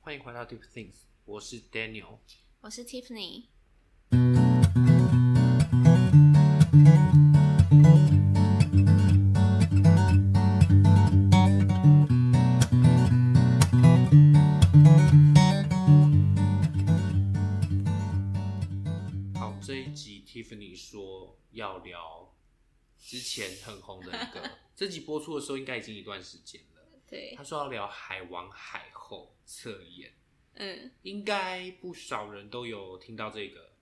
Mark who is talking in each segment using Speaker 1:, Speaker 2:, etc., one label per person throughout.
Speaker 1: 欢迎回到 Deep Things，我是 Daniel。
Speaker 2: 我是 Tiffany。
Speaker 1: 好，这一集 Tiffany 说要聊之前很红的一 个，这集播出的时候应该已经一段时间了。
Speaker 2: 对
Speaker 1: 他，说要聊海王海后测验，
Speaker 2: 嗯，
Speaker 1: 应该不少人都有听到这个，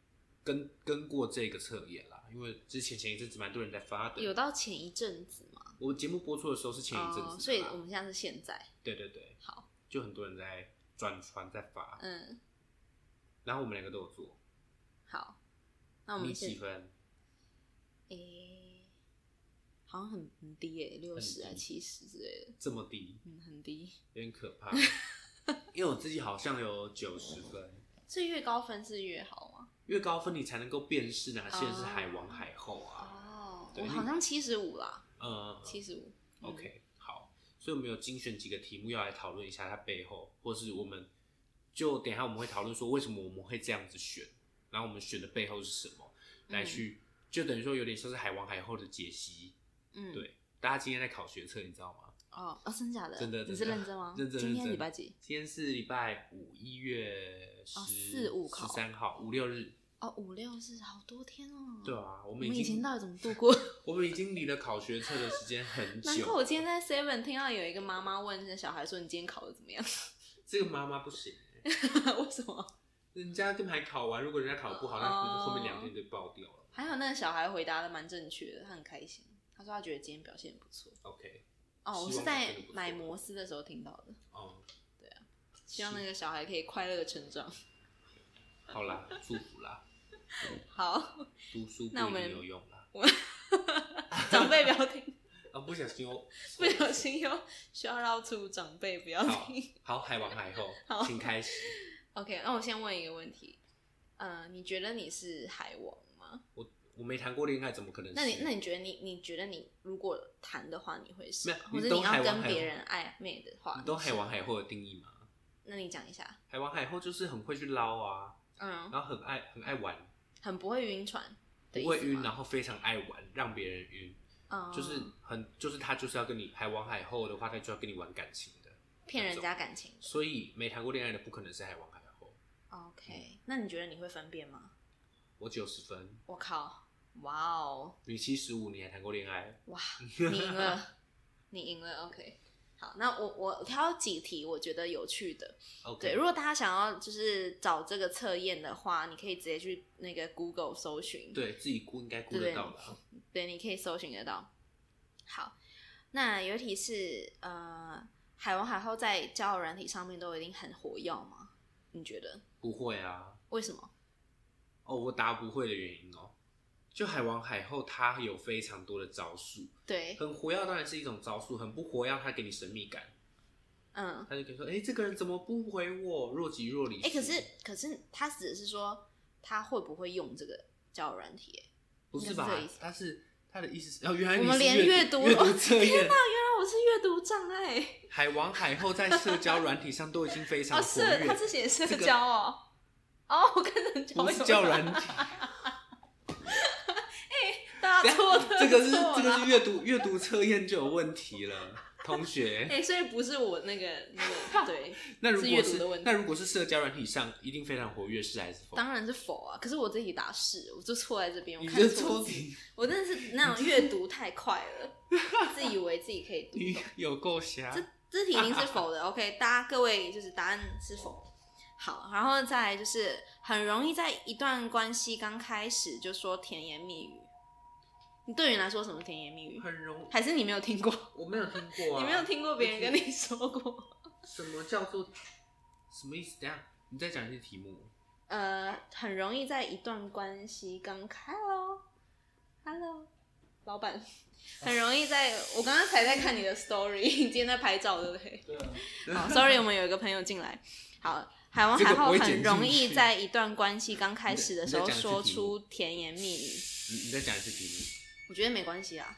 Speaker 1: 跟跟过这个测验啦。因为之前前一阵子蛮多人在发
Speaker 2: 有
Speaker 1: 的，
Speaker 2: 到前一阵子嘛？
Speaker 1: 我节目播出的时候是前一阵子嘛、
Speaker 2: 哦所以我们现在是现在。
Speaker 1: 对对对，
Speaker 2: 好，
Speaker 1: 就很多人在转传在发，
Speaker 2: 嗯，
Speaker 1: 然后我们两个都有做。
Speaker 2: 好，那我
Speaker 1: 你
Speaker 2: 们
Speaker 1: 几
Speaker 2: 先，
Speaker 1: 分？
Speaker 2: 诶、好像很很低诶、六十
Speaker 1: 很
Speaker 2: 啊
Speaker 1: 低
Speaker 2: 七十之类的，
Speaker 1: 这么低，
Speaker 2: 嗯，很低。
Speaker 1: 有点可怕。 因为我自己好像有九十分，
Speaker 2: 所以越高分是越好吗？
Speaker 1: 越高分你才能够辨识哪些人是海王海后啊。
Speaker 2: 哦，
Speaker 1: 对
Speaker 2: 我好像七十五啦，
Speaker 1: 呃
Speaker 2: 七十五。嗯
Speaker 1: ，OK，好，所以我们有精选几个题目要来讨论一下它背后，或是我们就等一下我们会讨论说为什么我们会这样子选，然后我们选的背后是什么，来去就等于说有点像是海王海后的解析。
Speaker 2: 嗯，
Speaker 1: 对，大家今天在考学测，你知道吗？
Speaker 2: 哦，哦，真假的？
Speaker 1: 真的，
Speaker 2: 你
Speaker 1: 真
Speaker 2: 是
Speaker 1: 的
Speaker 2: 认真吗？
Speaker 1: 认真。
Speaker 2: 今
Speaker 1: 认
Speaker 2: 天
Speaker 1: 真
Speaker 2: 礼拜几？？
Speaker 1: 今天是礼拜五，一月十
Speaker 2: 哦四五考
Speaker 1: 十三号，五六日。
Speaker 2: 哦，五六是好多天哦。
Speaker 1: 对啊，我
Speaker 2: 我
Speaker 1: 们
Speaker 2: 们
Speaker 1: 已
Speaker 2: 以
Speaker 1: 经
Speaker 2: 前到底怎么度过？
Speaker 1: 我们已经离了考学测的时间很久。
Speaker 2: 难怪我今天在 Seven 听到有一个妈妈问那小孩说：“你今天考的怎么样
Speaker 1: 这个妈妈不行，？”欸
Speaker 2: 为什么？
Speaker 1: 人家根本还考完，如果人家考不好，那可
Speaker 2: 哦
Speaker 1: 能后面两天就爆掉了。
Speaker 2: 还有那个小孩回答的蛮正确的，他很开心。他说他觉得今天表现不错。
Speaker 1: OK，
Speaker 2: 哦，我
Speaker 1: 希
Speaker 2: 是
Speaker 1: 望
Speaker 2: 在
Speaker 1: 表现得不错
Speaker 2: 买摩斯的时候听到的，
Speaker 1: 哦、
Speaker 2: 希望那个小孩可以快乐的成长。
Speaker 1: 好啦，祝福 啦，
Speaker 2: 好，
Speaker 1: 读书不
Speaker 2: 那我
Speaker 1: 一
Speaker 2: 们
Speaker 1: 定有用啦。
Speaker 2: 长辈不要听，
Speaker 1: 啊，不小心哦，
Speaker 2: 不小心又需要绕出长辈不要
Speaker 1: 好
Speaker 2: 听。
Speaker 1: 好海王海后，
Speaker 2: 好
Speaker 1: 请开始。
Speaker 2: OK，那我先问一个问题，呃，你觉得你是海王吗？
Speaker 1: 我我没谈过恋爱，怎么可能是？
Speaker 2: 那你那你觉得你你觉得你如果谈的话，你会是
Speaker 1: 没
Speaker 2: 吗
Speaker 1: 有，
Speaker 2: 或
Speaker 1: 你
Speaker 2: 者
Speaker 1: 懂
Speaker 2: 你要
Speaker 1: 海王
Speaker 2: 跟
Speaker 1: 海
Speaker 2: 别
Speaker 1: 后
Speaker 2: 人暧昧的话，
Speaker 1: 你懂
Speaker 2: 你
Speaker 1: 海
Speaker 2: 是
Speaker 1: 王海后的定义吗？
Speaker 2: 那你讲一下，
Speaker 1: 海王海后就是很会去捞啊，
Speaker 2: 嗯，
Speaker 1: 然后很爱很爱玩，
Speaker 2: 很不会晕船
Speaker 1: 不
Speaker 2: 的意
Speaker 1: 会
Speaker 2: 思
Speaker 1: 晕，
Speaker 2: 吗，
Speaker 1: 然后非常爱玩，让别人晕，
Speaker 2: 嗯，
Speaker 1: 就是很就是他就是要跟你海王海后的话，他就要跟你玩感情的。
Speaker 2: 骗人家感情。
Speaker 1: 所以没谈过恋爱的不可能是海王海后。
Speaker 2: OK，那你觉得你会分辨吗？
Speaker 1: 我九十分，
Speaker 2: 嗯我靠，哇哦，
Speaker 1: 你七十五，你还谈过恋爱？
Speaker 2: 哇，你赢了，你赢了。OK，好，那我我挑几题我觉得有趣的。对，
Speaker 1: OK，
Speaker 2: 如果大家想要就是找这个测验的话，你可以直接去那个 Google 搜寻，
Speaker 1: 对自己估应该估得到吧？
Speaker 2: 对，你可以搜寻得到。好，那有一题是呃，海王海后在交友软体上面都一定很火药吗？你觉得
Speaker 1: 不会啊，
Speaker 2: 为什么？
Speaker 1: 哦，我答不会的原因哦，就海王海后他有非常多的招数，
Speaker 2: 对，
Speaker 1: 很活跃当然是一种招数，很不活跃他给你神秘感，
Speaker 2: 嗯，
Speaker 1: 他就跟你说，哎、这个人怎么不回我？若即若离。
Speaker 2: 哎、可是可是他只是说他会不会用这个交友软体、欸？
Speaker 1: 不是
Speaker 2: 应该是这个
Speaker 1: 吧
Speaker 2: 意思？
Speaker 1: 他是他的意思是哦，原来
Speaker 2: 我
Speaker 1: 你
Speaker 2: 们
Speaker 1: 是
Speaker 2: 连
Speaker 1: 阅
Speaker 2: 阅读
Speaker 1: 阅
Speaker 2: 哦
Speaker 1: 读测验，
Speaker 2: 原啊来我是阅读障碍
Speaker 1: 海王海后在社交软体上都已经非常
Speaker 2: 哦，
Speaker 1: 活
Speaker 2: 是
Speaker 1: 跃，
Speaker 2: 他之前也社
Speaker 1: 这个
Speaker 2: 交哦。哦，我跟人交
Speaker 1: 不是
Speaker 2: 友
Speaker 1: 叫
Speaker 2: 了
Speaker 1: 软体，
Speaker 2: 大家错的，
Speaker 1: 这个是
Speaker 2: 错
Speaker 1: 这个
Speaker 2: 了
Speaker 1: 是阅读阅读测验就有问题了，同
Speaker 2: 哎、
Speaker 1: 学。
Speaker 2: 所以不是我那个那 个对，
Speaker 1: 那如
Speaker 2: 是阅
Speaker 1: 果
Speaker 2: 读
Speaker 1: 是
Speaker 2: 的问题
Speaker 1: 那如果是社交软体上，一定非常活跃，是还是否？
Speaker 2: 当然是否啊。可是我自己打是，我就错在这边，我
Speaker 1: 你
Speaker 2: 看
Speaker 1: 这
Speaker 2: 错
Speaker 1: 错
Speaker 2: 字，
Speaker 1: 题，
Speaker 2: 我真的是那种阅读太快 了，自以为自己可以读
Speaker 1: 你
Speaker 2: 懂。
Speaker 1: 有够瞎。
Speaker 2: 这题一定是否的，OK？大家各位就是答案是否。好，然后再来就是很容易在一段关系刚开始就说甜言蜜语。你对你来说什么甜言蜜语？
Speaker 1: 很容，
Speaker 2: 还是你没有听过？
Speaker 1: 我没有听过啊。
Speaker 2: 你没有听过别人跟你说过？
Speaker 1: 什么叫做什么意思？等一下你再讲一些题目。
Speaker 2: 呃，很容易在一段关系刚开哦，Hello，老板，很容易在我刚刚才在看你的 story，你今天在拍照对不对？
Speaker 1: 对啊，
Speaker 2: 好，sorry，我们有一个朋友进来。好，海王
Speaker 1: 这个
Speaker 2: 海
Speaker 1: 不
Speaker 2: 后
Speaker 1: 会剪
Speaker 2: 很容
Speaker 1: 进
Speaker 2: 易
Speaker 1: 去
Speaker 2: 在一段关系刚开始的时候
Speaker 1: 你再讲一次
Speaker 2: 说
Speaker 1: 题目
Speaker 2: 出甜言蜜语，
Speaker 1: 你你再讲一次题
Speaker 2: 我觉得没关系啊。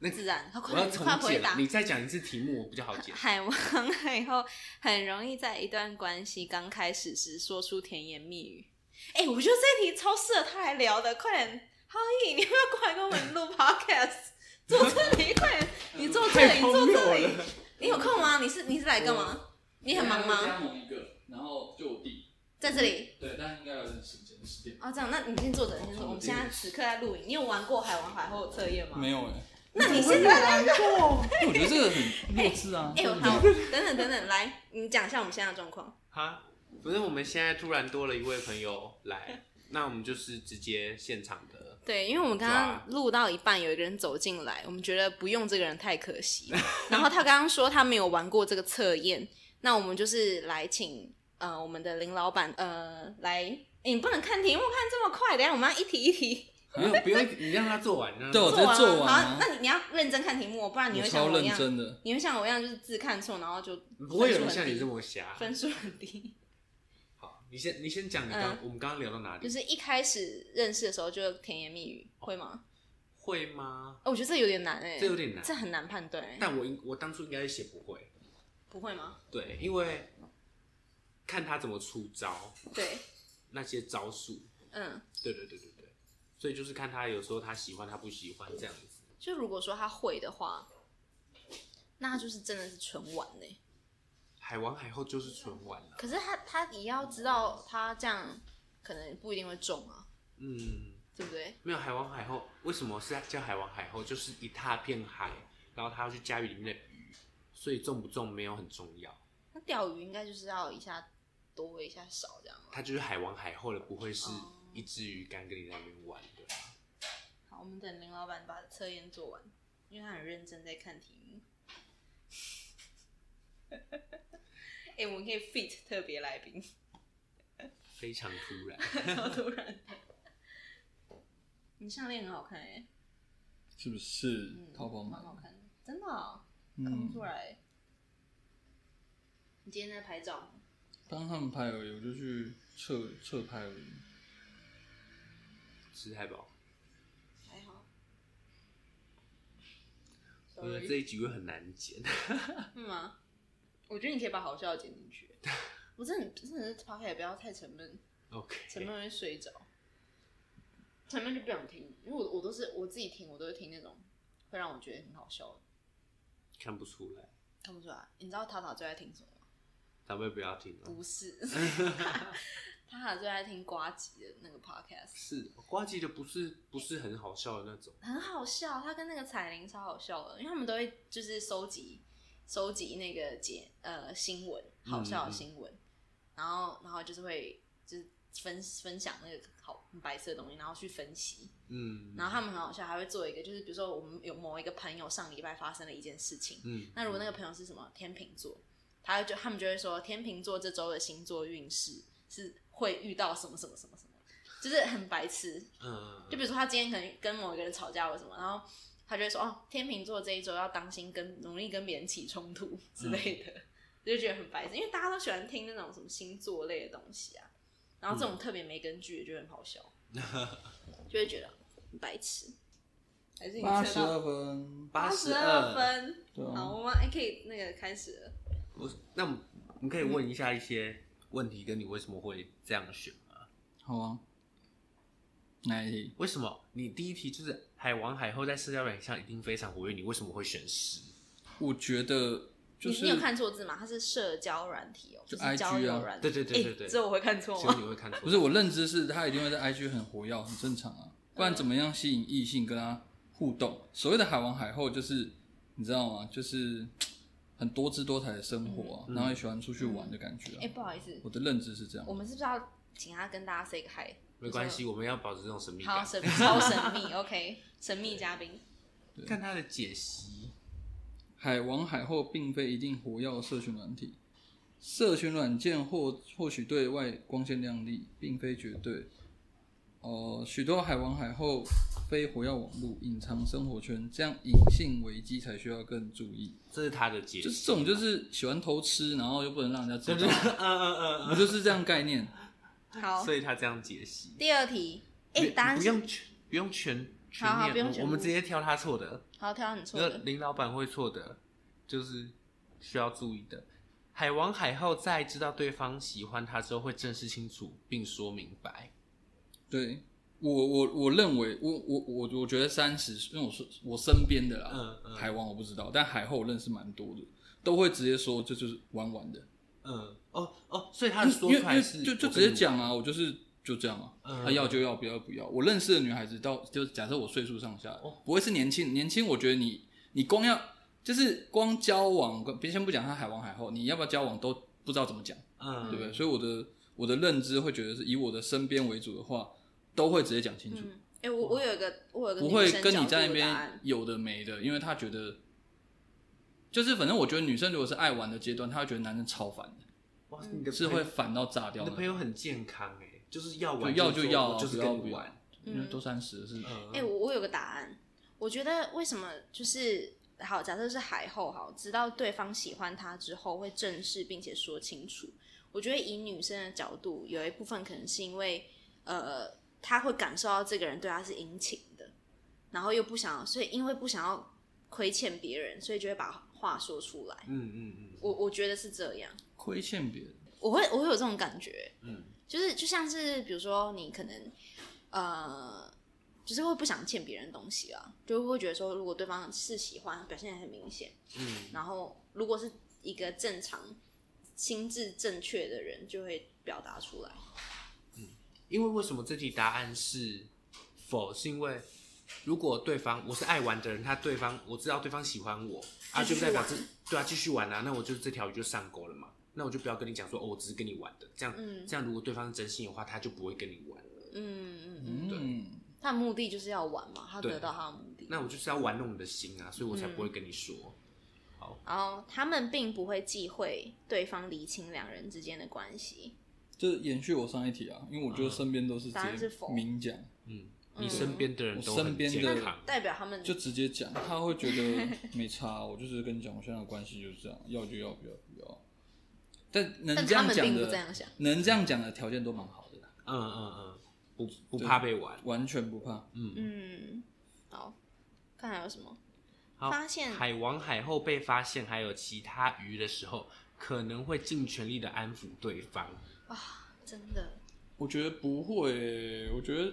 Speaker 1: 那
Speaker 2: 自然，快
Speaker 1: 我要
Speaker 2: 快
Speaker 1: 重
Speaker 2: 快
Speaker 1: 解
Speaker 2: 回
Speaker 1: 了
Speaker 2: 答，。
Speaker 1: 你再讲一次题目，我比较好解。
Speaker 2: 海王海后很容易在一段关系刚开始时说出甜言蜜语。哎、我觉得这一题超适合他来聊的，快点，浩毅，你要不要过来跟我 们录 podcast？坐这里，快点，你坐这
Speaker 1: 太
Speaker 2: 里，
Speaker 1: 荒
Speaker 2: 坐
Speaker 1: 谬
Speaker 2: 这里。
Speaker 1: 了！
Speaker 2: 你有空吗？你是你是来干嘛？你很忙吗？
Speaker 3: 加盟一个，然后就我弟，
Speaker 2: 在这里。
Speaker 3: 对，但应该有点时间十点。
Speaker 2: 哦，这样，那你先坐着，你先坐着。我们现在此刻在录影，你有玩过海王海后测验吗？
Speaker 3: 没有哎，
Speaker 2: 那你现在
Speaker 1: 玩过？
Speaker 3: 因为我觉得这个很弱智啊。
Speaker 2: 哎、
Speaker 3: 对
Speaker 2: 我
Speaker 3: 不对
Speaker 2: 好，等等等等，来，你讲一下我们现在的状况。
Speaker 1: 哈，不是，我们现在突然多了一位朋友来，那我们就是直接现场 的。
Speaker 2: 对，因为我们刚
Speaker 1: 哇
Speaker 2: 刚录到一半，有一个人走进来，我们觉得不用这个人太可惜。然后他刚刚说他没有玩过这个测验，那我们就是来请呃我们的林老板呃来，诶你不能看题目看这么快，等一下我们要一题一题
Speaker 1: 不用，不用，你让他做完。让他
Speaker 3: 对我
Speaker 1: 做
Speaker 3: 直接做完
Speaker 2: 好
Speaker 3: 啊，
Speaker 2: 那你你要认真看题目哦，不然你
Speaker 3: 我
Speaker 2: 会像
Speaker 3: 超
Speaker 2: 我一
Speaker 3: 认
Speaker 2: 样，
Speaker 3: 真的。
Speaker 2: 你会像我一样就是字看错，然后就
Speaker 1: 完不会有人像你这么瞎。
Speaker 2: 分数很低。
Speaker 1: 好，你先，你先讲你刚，我们刚刚聊到哪
Speaker 2: 嗯就
Speaker 1: 里？
Speaker 2: 是一开始认识的时候就甜言蜜语，会吗？
Speaker 1: 会吗？
Speaker 2: 哦，我觉得这有点难哎、
Speaker 1: 这有点难
Speaker 2: 这。很难判断、欸，
Speaker 1: 但我应我当初应该是写不会，
Speaker 2: 不会吗？
Speaker 1: 对，因为看他怎么出招，
Speaker 2: 对，
Speaker 1: 那些招数，
Speaker 2: 嗯，
Speaker 1: 对对对对对，所以就是看他有时候他喜欢他不喜欢这样子。
Speaker 2: 就如果说他会的话，那他就是真的是纯玩呢、
Speaker 1: 海王海后就是纯玩了，
Speaker 2: 可是他他也要知道，他这样可能不一定会中啊，
Speaker 1: 嗯，
Speaker 2: 对不对？
Speaker 1: 没有海王海后，为什么是叫海王海后？就是一大片海，然后他要去驾驭里面的鱼，所以中不中没有很重要，
Speaker 2: 那钓鱼应该就是要一下多一下少这样嘛。
Speaker 1: 他就是海王海后了，不会是
Speaker 2: 哦
Speaker 1: 一只鱼竿跟你在那边玩的。
Speaker 2: 好，我们等林老板把测验做完，因为他很认真在看题目。 哎、我们可以 fit 特别来宾，
Speaker 1: 非常突然，
Speaker 2: 超突然的。你项链很好看哎、
Speaker 3: 是不是
Speaker 2: 嗯，
Speaker 3: 淘宝买
Speaker 2: 蛮好看的，真的、哦。看不
Speaker 3: 嗯
Speaker 2: 出，来。你今天在拍照吗？
Speaker 3: 帮他们拍而已，我就去侧侧拍而已。
Speaker 1: 吃太饱，
Speaker 2: 还好。
Speaker 1: 我觉得这一集会很难 剪。
Speaker 2: 是吗？嗯啊我觉得你可以把好笑的剪 进去。我真的很真的是抛开也不要太沉闷，
Speaker 1: OK，
Speaker 2: 沉闷会睡着，沉闷就不想听，因为我我都是我自己听，我都是听那种会让我觉得很好笑的。
Speaker 1: 看不出来，
Speaker 2: 看不出来，你知道塔塔最爱听什么吗？
Speaker 1: 长辈不要听哦。
Speaker 2: 不是， 塔塔最爱听瓜吉的那个 podcast，
Speaker 1: 是瓜吉的，不是不是很好笑的那种。
Speaker 2: 很好笑，他跟那个彩铃超好笑的，因为他们都会就是收集收集那个节呃新闻，好笑的新闻，然后然后就是会就是分分享那个好白色的东西，然后去分析，
Speaker 1: 嗯，
Speaker 2: 然后他们很好笑，还会做一个就是比如说我们有某一个朋友上礼拜发生了一件事情，
Speaker 1: 嗯，
Speaker 2: 那如果那个朋友是什么天秤座，他就他们就会说天秤座这周的星座运势是会遇到什么什么什么什么，就是很白痴，
Speaker 1: 嗯，
Speaker 2: 就比如说他今天可能跟某一个人吵架或什么，然后他就会说哦，天秤座这一周要当心跟容易跟别人起冲突 之类的，就觉得很白痴，因为大家都喜欢听那种什么星座类的东西啊，然后这种特别没根据的就很好笑，就会觉得很白痴。还是你
Speaker 3: 八
Speaker 2: 测
Speaker 3: 十
Speaker 2: 到
Speaker 3: 二分，
Speaker 1: 八
Speaker 2: 十
Speaker 1: 二
Speaker 2: 二。分，
Speaker 3: 对啊
Speaker 2: 好，我们哎可以那个开始了。
Speaker 1: 我那我们可以问一下一些问题，跟你为什么会这样选吗？
Speaker 3: 好啊。哪一题？
Speaker 1: 为什么你第一题就是海王海后在社交软件上一定非常活跃，你为什么会选十？
Speaker 3: 我觉得就
Speaker 2: 你
Speaker 3: 是
Speaker 2: 你有看错字吗？它是社交软体哦、
Speaker 3: 就
Speaker 2: 不是交
Speaker 3: IG
Speaker 2: 友
Speaker 3: 啊
Speaker 2: 软
Speaker 1: 对
Speaker 2: 体。
Speaker 1: 对对对
Speaker 2: 哎
Speaker 1: 对
Speaker 2: 这我会看错
Speaker 1: 所以
Speaker 2: 吗？
Speaker 1: 你会看错？
Speaker 3: 不是，我认知是他一定会在 IG 很活跃，很正常啊，不然怎么样吸引异性跟他互动？所谓的海王海后就是你知道吗？就是很多姿多彩的生活、啊，然后也喜欢出去玩的感觉、啊
Speaker 2: 哎、。不好意思，
Speaker 3: 我的认知是这样
Speaker 2: 我，们是不是要请他跟大家 say 个 hi？
Speaker 1: 没关系，我们要保持这种神秘
Speaker 2: 好，
Speaker 1: 感。
Speaker 2: 神超神秘，OK，神秘嘉宾。
Speaker 1: 看他的解析，
Speaker 3: 海王海后并非一定活跃社群软体，社群软件或或许对外光鲜亮丽，并非绝对。哦、许多海王海后非活跃网络，隐藏生活圈，这样隐性危机才需要更注意。
Speaker 1: 这是他的解
Speaker 3: 就
Speaker 1: 析。
Speaker 3: 是这种，就是喜欢偷吃，然后又不能让人家
Speaker 1: 对
Speaker 3: 知
Speaker 1: 不对？
Speaker 3: 道，
Speaker 1: 嗯嗯
Speaker 3: 我就是这样概念。
Speaker 2: 好
Speaker 1: 嗯。，所以他这样解析，
Speaker 2: 第二题，哎、
Speaker 1: 你
Speaker 2: 答案
Speaker 1: 不
Speaker 2: 是
Speaker 1: 用全不用全
Speaker 2: 好好不用
Speaker 1: 我
Speaker 2: 全
Speaker 1: 我们
Speaker 2: 部
Speaker 1: 直接挑他错的，
Speaker 2: 好，挑很错
Speaker 1: 那
Speaker 2: 的。
Speaker 1: 林老板会错的，就是需要注意的。海王海后在知道对方喜欢他之后，会正视清楚并说明白。
Speaker 3: 对我我我认为我我我我觉得三十，因为我是我身边的啦，
Speaker 1: 嗯嗯
Speaker 3: 海王我不知道，但海后我认识蛮多的，都会直接说这就是玩玩的，
Speaker 1: 嗯，哦哦，所以他的
Speaker 3: 因
Speaker 1: 说
Speaker 3: 为
Speaker 1: 出
Speaker 3: 因
Speaker 1: 来
Speaker 3: 为
Speaker 1: 是
Speaker 3: 就就直接讲啊，我就是就这样啊，
Speaker 1: 嗯
Speaker 3: 啊要就要，不要就不要。我认识的女孩子到就是假设我岁数上下，
Speaker 1: 哦
Speaker 3: 不会是年轻，年轻我觉得你你光要就是光交往，别先不讲他海王海后，你要不要交往都不知道怎么讲，
Speaker 1: 嗯，
Speaker 3: 对不对？所以我的我的认知会觉得是以我的身边为主的话，都会直接讲清楚。
Speaker 2: 嗯，哎、我我有一个，我有一个
Speaker 3: 不会
Speaker 2: 女生
Speaker 3: 跟
Speaker 2: 角
Speaker 3: 你
Speaker 2: 度
Speaker 3: 在那
Speaker 2: 的答
Speaker 3: 边
Speaker 2: 案，
Speaker 3: 有的没的，因为他觉得，就是反正我觉得女生如果是爱玩的阶段，她会觉得男生超烦的，
Speaker 1: 哇，
Speaker 2: 嗯
Speaker 1: 你的
Speaker 3: 是
Speaker 1: 朋
Speaker 3: 会
Speaker 1: 友
Speaker 3: 烦到炸掉
Speaker 1: 你
Speaker 3: 的
Speaker 1: 的朋。友很健康哎，就是要
Speaker 3: 就
Speaker 1: 玩
Speaker 3: 要
Speaker 1: 就
Speaker 3: 要啊，
Speaker 1: 说就是
Speaker 3: 不要
Speaker 1: 跟
Speaker 3: 不
Speaker 1: 你
Speaker 3: 要
Speaker 1: 玩。
Speaker 3: 因为都三十了是，
Speaker 1: 嗯，
Speaker 2: 哎、我我有个答案，我觉得为什么就是好，假设是海后好，直到对方喜欢她之后会正视并且说清楚。我觉得以女生的角度，有一部分可能是因为呃，她会感受到这个人对她是殷勤的，然后又不想要，所以因为不想要亏欠别人，所以就会把话说出来。
Speaker 1: 嗯嗯嗯
Speaker 2: 我我觉得是这样，
Speaker 3: 亏欠别人。
Speaker 2: 我会我会有这种感觉。
Speaker 1: 嗯，
Speaker 2: 就是就像是比如说你可能呃，就是会不想欠别人东西啊，就会觉得说如果对方是喜欢，表现得很明显，
Speaker 1: 嗯，
Speaker 2: 然后如果是一个正常心智正确的人，就会表达出来。
Speaker 1: 因为为什么这题答案是否？是因为如果对方我是爱玩的人，他对方我知道对方喜欢我，啊，
Speaker 2: 继
Speaker 1: 就
Speaker 2: 续
Speaker 1: 代表
Speaker 2: 玩
Speaker 1: 这对啊，继续玩啊，那我就这条鱼就上钩了嘛。那我就不要跟你讲说哦，我只是跟你玩的，这样、
Speaker 2: 嗯
Speaker 1: 这样如果对方是真心的话，他就不会跟你玩了。
Speaker 2: 嗯嗯，
Speaker 3: 嗯，
Speaker 2: 他的目的就是要玩嘛，他
Speaker 1: 对
Speaker 2: 得到他的目的。
Speaker 1: 那我就是要玩弄你的心啊，所以我才不会跟你说。
Speaker 2: 然后他们并不会忌讳对方厘清两人之间的关系。
Speaker 3: 这延续我上一题啊，因为我觉得身边都是直
Speaker 2: 答案
Speaker 3: 接
Speaker 2: 是否
Speaker 3: 明讲，
Speaker 1: 嗯，你身边的人都
Speaker 3: 我身
Speaker 1: 很
Speaker 3: 边的
Speaker 1: 健
Speaker 3: 人
Speaker 1: 康，
Speaker 2: 代表他们
Speaker 3: 就直接讲，他会觉 得没差。我就是跟你讲，我现在的关系就是这样，要就要，不要不要。但能
Speaker 2: 但
Speaker 3: 这
Speaker 2: 他
Speaker 3: 样
Speaker 2: 们
Speaker 3: 讲
Speaker 2: 并不这样
Speaker 3: 的，
Speaker 2: 想。
Speaker 3: 能这样讲的条件都蛮好的啦，
Speaker 1: 嗯嗯嗯，不不怕被玩。
Speaker 3: 完全不怕。
Speaker 2: 嗯，好，看还有什么？
Speaker 1: 好
Speaker 2: 发现
Speaker 1: 海王海后被发现还有其他鱼的时候，可能会尽全力的安抚对方。
Speaker 2: 真的，
Speaker 3: 我觉得不会欸、我觉得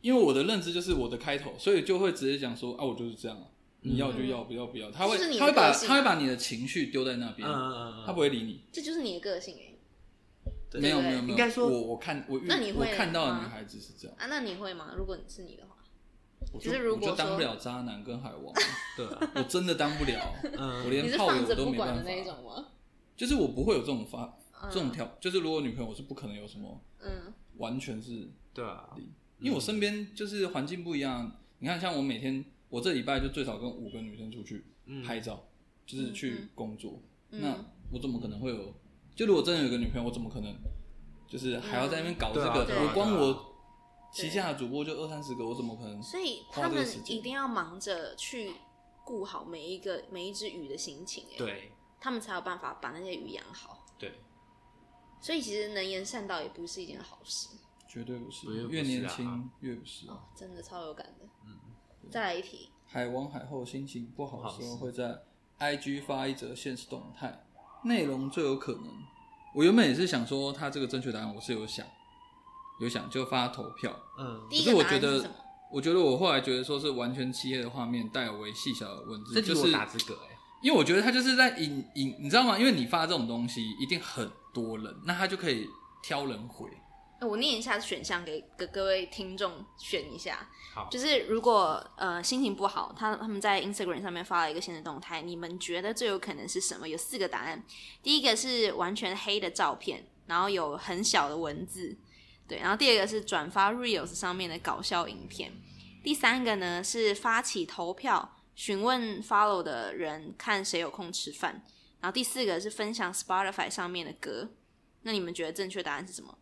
Speaker 3: 因为我的认知就是我的开头，所以就会直接讲说啊，我就是这样啊，你要就要，不要不要。他会
Speaker 2: 就是你的
Speaker 3: 他会把
Speaker 2: 个性
Speaker 3: 他会把你的情绪丢在那边，
Speaker 1: 嗯
Speaker 3: 他不会理你。
Speaker 2: 这就是你的个性哎、
Speaker 3: 没有
Speaker 2: 对不对
Speaker 3: 没有没有，
Speaker 1: 应该说
Speaker 3: 我我看我遇
Speaker 2: 那你会
Speaker 3: 我看到的
Speaker 2: 吗
Speaker 3: 女孩子是这样，
Speaker 2: 啊，那你会吗？如果你是你的话，
Speaker 3: 我
Speaker 2: 只是如果
Speaker 3: 我就当
Speaker 2: 说
Speaker 3: 不了渣男跟海王，
Speaker 1: 对啊，
Speaker 3: 我真的当不了，
Speaker 1: 嗯
Speaker 3: 我
Speaker 2: 你
Speaker 3: 连
Speaker 2: 是
Speaker 3: 炮
Speaker 2: 放
Speaker 3: 友我
Speaker 2: 着
Speaker 3: 都
Speaker 2: 不
Speaker 3: 没
Speaker 2: 管
Speaker 3: 办
Speaker 2: 的
Speaker 3: 法
Speaker 2: 那一，种吗？
Speaker 3: 就是我不会有这种发
Speaker 2: 嗯
Speaker 3: 这种条，就是如果女朋友我是不可能有什么
Speaker 2: 嗯
Speaker 3: 完全是
Speaker 1: 对啊，
Speaker 3: 因为我身边就是环境不一样，你看，像我每天，我这礼拜就最少跟五个女生出去
Speaker 1: 嗯
Speaker 3: 拍照，就是去工作。
Speaker 2: 嗯
Speaker 3: 那我怎么可能会有？就如果真的有个女朋友，我怎么可能就是还要在那边搞这
Speaker 1: 对啊
Speaker 3: 个？
Speaker 2: 对啊
Speaker 3: 我光
Speaker 1: 对啊
Speaker 3: 我旗下的主播就二三十个，我怎么可能？
Speaker 2: 所以他
Speaker 3: 花这个
Speaker 2: 们
Speaker 3: 时间
Speaker 2: 一定要忙着去顾好每一个每一只鱼的心情哎、
Speaker 1: 对
Speaker 2: 他们才有办法把那些鱼养好。
Speaker 1: 对，
Speaker 2: 所以其实能言善道也不是一件好事
Speaker 3: 绝对不是，
Speaker 1: 绝对不是
Speaker 3: 越
Speaker 1: 啊
Speaker 3: 年轻越不是。啊
Speaker 2: 哦，真的超有感的。嗯，再来一题，
Speaker 3: 海王海后心情不好的时候，
Speaker 1: 不好
Speaker 3: 会在 IG 发一则现实动态，内容最有可能。我原本也是想说他这个正确答案，我是有想，有想就发投票。
Speaker 1: 嗯，
Speaker 2: 第一
Speaker 3: 可是
Speaker 2: 个
Speaker 3: 我
Speaker 2: 答案
Speaker 3: 觉得
Speaker 2: 是什么？为
Speaker 3: 我觉得我后来觉得说是完全漆黑的画面，代为细小的文字，
Speaker 1: 这题
Speaker 3: 就
Speaker 1: 我
Speaker 3: 是
Speaker 1: 打这个哎，
Speaker 3: 因为我觉得他就是在引引，你知道吗？因为你发这种东西，一定很多人，那他就可以挑人回。
Speaker 2: 哎我念一下选项给给各位听众选一下。
Speaker 1: 好，
Speaker 2: 就是如果呃心情不好，他他们在 Instagram 上面发了一个新的动态，你们觉得最有可能是什么？有四个答案，第一个是完全黑的照片，然后有很小的文字，对，然后第二个是转发 Reels 上面的搞笑影片，第三个呢是发起投票，询问 follow 的人看谁有空吃饭，然后第四个是分享 Spotify 上面的歌。那你们觉得正确答案是什么？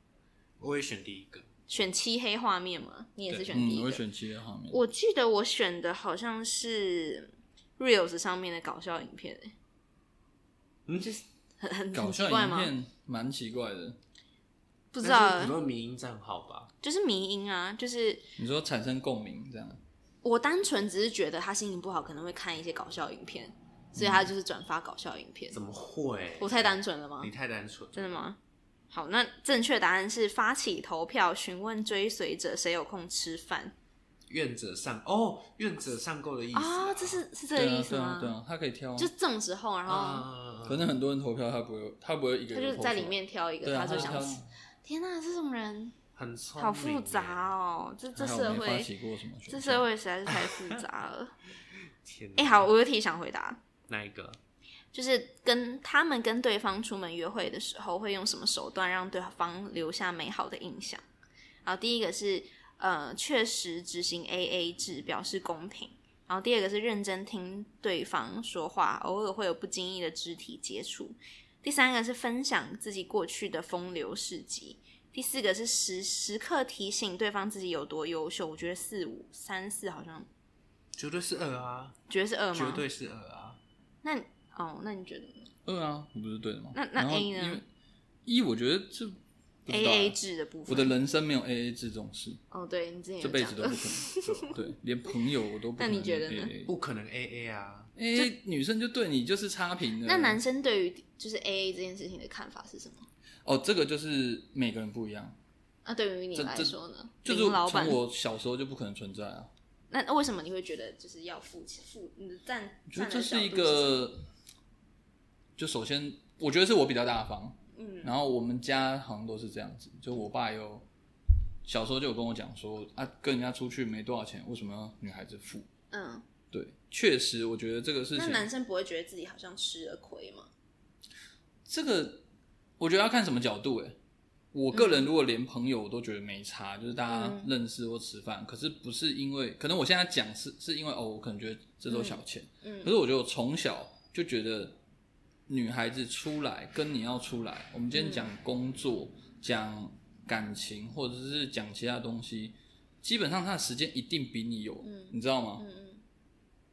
Speaker 1: 我也选第一个，
Speaker 2: 选漆黑画面吗？你也是选第一
Speaker 3: 嗯，
Speaker 2: 个？
Speaker 3: 我会选漆黑的画面。
Speaker 2: 我记得我选的好像是 Reels 上面的搞笑影片、欸，
Speaker 1: 嗯
Speaker 2: 就是很 很
Speaker 3: 搞
Speaker 2: 很奇
Speaker 3: 笑
Speaker 2: 怪
Speaker 3: 影
Speaker 2: 吗？
Speaker 3: 片蛮奇怪的，
Speaker 2: 不知道
Speaker 1: 那是
Speaker 2: 欸
Speaker 1: 普，通的民营账号吧？
Speaker 2: 就是迷音啊，就是
Speaker 3: 你说产生共鸣这样，
Speaker 2: 我单纯只是觉得他心情不好，可能会看一些搞笑影片，所
Speaker 3: 嗯
Speaker 2: 以他就是转发搞笑影片。
Speaker 1: 怎么会？
Speaker 2: 我太单纯了吗
Speaker 1: 你？太单纯。
Speaker 2: 真的吗？好，那正确答案是发起投票，询问追随者谁有空吃饭
Speaker 1: 愿者上哦，愿者上钩的意思
Speaker 2: 啊、这是是这个
Speaker 3: 对
Speaker 2: 意
Speaker 3: 啊，
Speaker 2: 思
Speaker 3: 对
Speaker 2: 吗
Speaker 3: 啊，？对啊，他可以挑啊。
Speaker 2: 就这种时候，然后、
Speaker 1: 啊
Speaker 3: 可能很多人投票，他不会，他不会一个
Speaker 2: 他
Speaker 3: 人
Speaker 2: 就是
Speaker 3: 投
Speaker 2: 在
Speaker 3: 出
Speaker 2: 里
Speaker 3: 来。
Speaker 2: 面挑一个，
Speaker 3: 对啊，
Speaker 2: 他就
Speaker 3: 他
Speaker 2: 想
Speaker 3: 挑
Speaker 2: 死。天哪、这种人
Speaker 1: 很聪明
Speaker 2: 好复杂哦，这这
Speaker 3: 还好
Speaker 2: 社
Speaker 3: 没发
Speaker 2: 会
Speaker 3: 起过什么选
Speaker 2: 这
Speaker 3: 项
Speaker 2: 社会实在是太复杂 了。
Speaker 1: 耶。天哪
Speaker 2: 哎、好，，我有题想回答。
Speaker 1: 哪一个？
Speaker 2: 就是跟他们跟对方出门约会的时候，会用什么手段让对方留下美好的印象？然后第一个是呃，确实执行 AA 制，表示公平。然后第二个是认真听对方说话，偶尔会有不经意的肢体接触。第三个是分享自己过去的风流事迹。第四个是时时刻提醒对方自己有多优秀。我觉得四五三四好像
Speaker 1: 绝对是二啊，
Speaker 2: 觉得是二吗？
Speaker 1: 绝对是二啊。
Speaker 2: 那你哦，那你觉得呢
Speaker 3: 二啊，你不是对的吗？
Speaker 2: 那那
Speaker 3: 然后
Speaker 2: A 呢
Speaker 3: 因为一，我觉得这不知道啊
Speaker 2: AA 制的部分？
Speaker 3: 我的人生没有 AA 制这种事，
Speaker 2: 哦，对你之前有
Speaker 3: 这辈
Speaker 2: 讲
Speaker 3: 子都
Speaker 2: 的
Speaker 3: 不可能。对，连朋友我都不 可
Speaker 2: 那
Speaker 3: 能 AA。
Speaker 2: 你觉得呢
Speaker 1: 不可能 A A 啊，
Speaker 3: ？A 哎女生就对你就是差评的。
Speaker 2: 那男生对于就是 A A 这件事情的看法是什么？
Speaker 3: 哦，这个就是每个人不一样，
Speaker 2: 那对于你
Speaker 3: 这
Speaker 2: 来
Speaker 3: 这
Speaker 2: 说呢？
Speaker 3: 就是
Speaker 2: 林老
Speaker 3: 从
Speaker 2: 板，
Speaker 3: 我小时候就不可能存在啊。
Speaker 2: 那那为什么你会觉得就是要付钱付？你的站
Speaker 3: 我觉
Speaker 2: 站
Speaker 3: 得
Speaker 2: 的
Speaker 3: 这
Speaker 2: 角
Speaker 3: 是一
Speaker 2: 度什么
Speaker 3: 个，就首先我觉得是我比较大方，
Speaker 2: 嗯
Speaker 3: 然后我们家好像都是这样子，就我爸有小时候就有跟我讲说啊，跟人家出去没多少钱，为什么要女孩子付？
Speaker 2: 嗯，
Speaker 3: 对，确实我觉得这个事
Speaker 2: 那
Speaker 3: 情，
Speaker 2: 男生不会觉得自己好像吃了亏吗？
Speaker 3: 这个我觉得要看什么角度哎、我个人如果连朋友我都觉得没差，就是大家
Speaker 2: 嗯
Speaker 3: 认识或吃饭，可是不是因为，可能我现在讲是是因为哦，我可能觉得这都小钱，
Speaker 2: 嗯
Speaker 3: 可是我觉得我从小就觉得女孩子出来跟你要出来，我们今天讲
Speaker 2: 嗯
Speaker 3: 工作、讲感情或者是讲其他东西，基本上她的时间一定比你有，
Speaker 2: 嗯
Speaker 3: 你知道吗？
Speaker 2: 嗯嗯，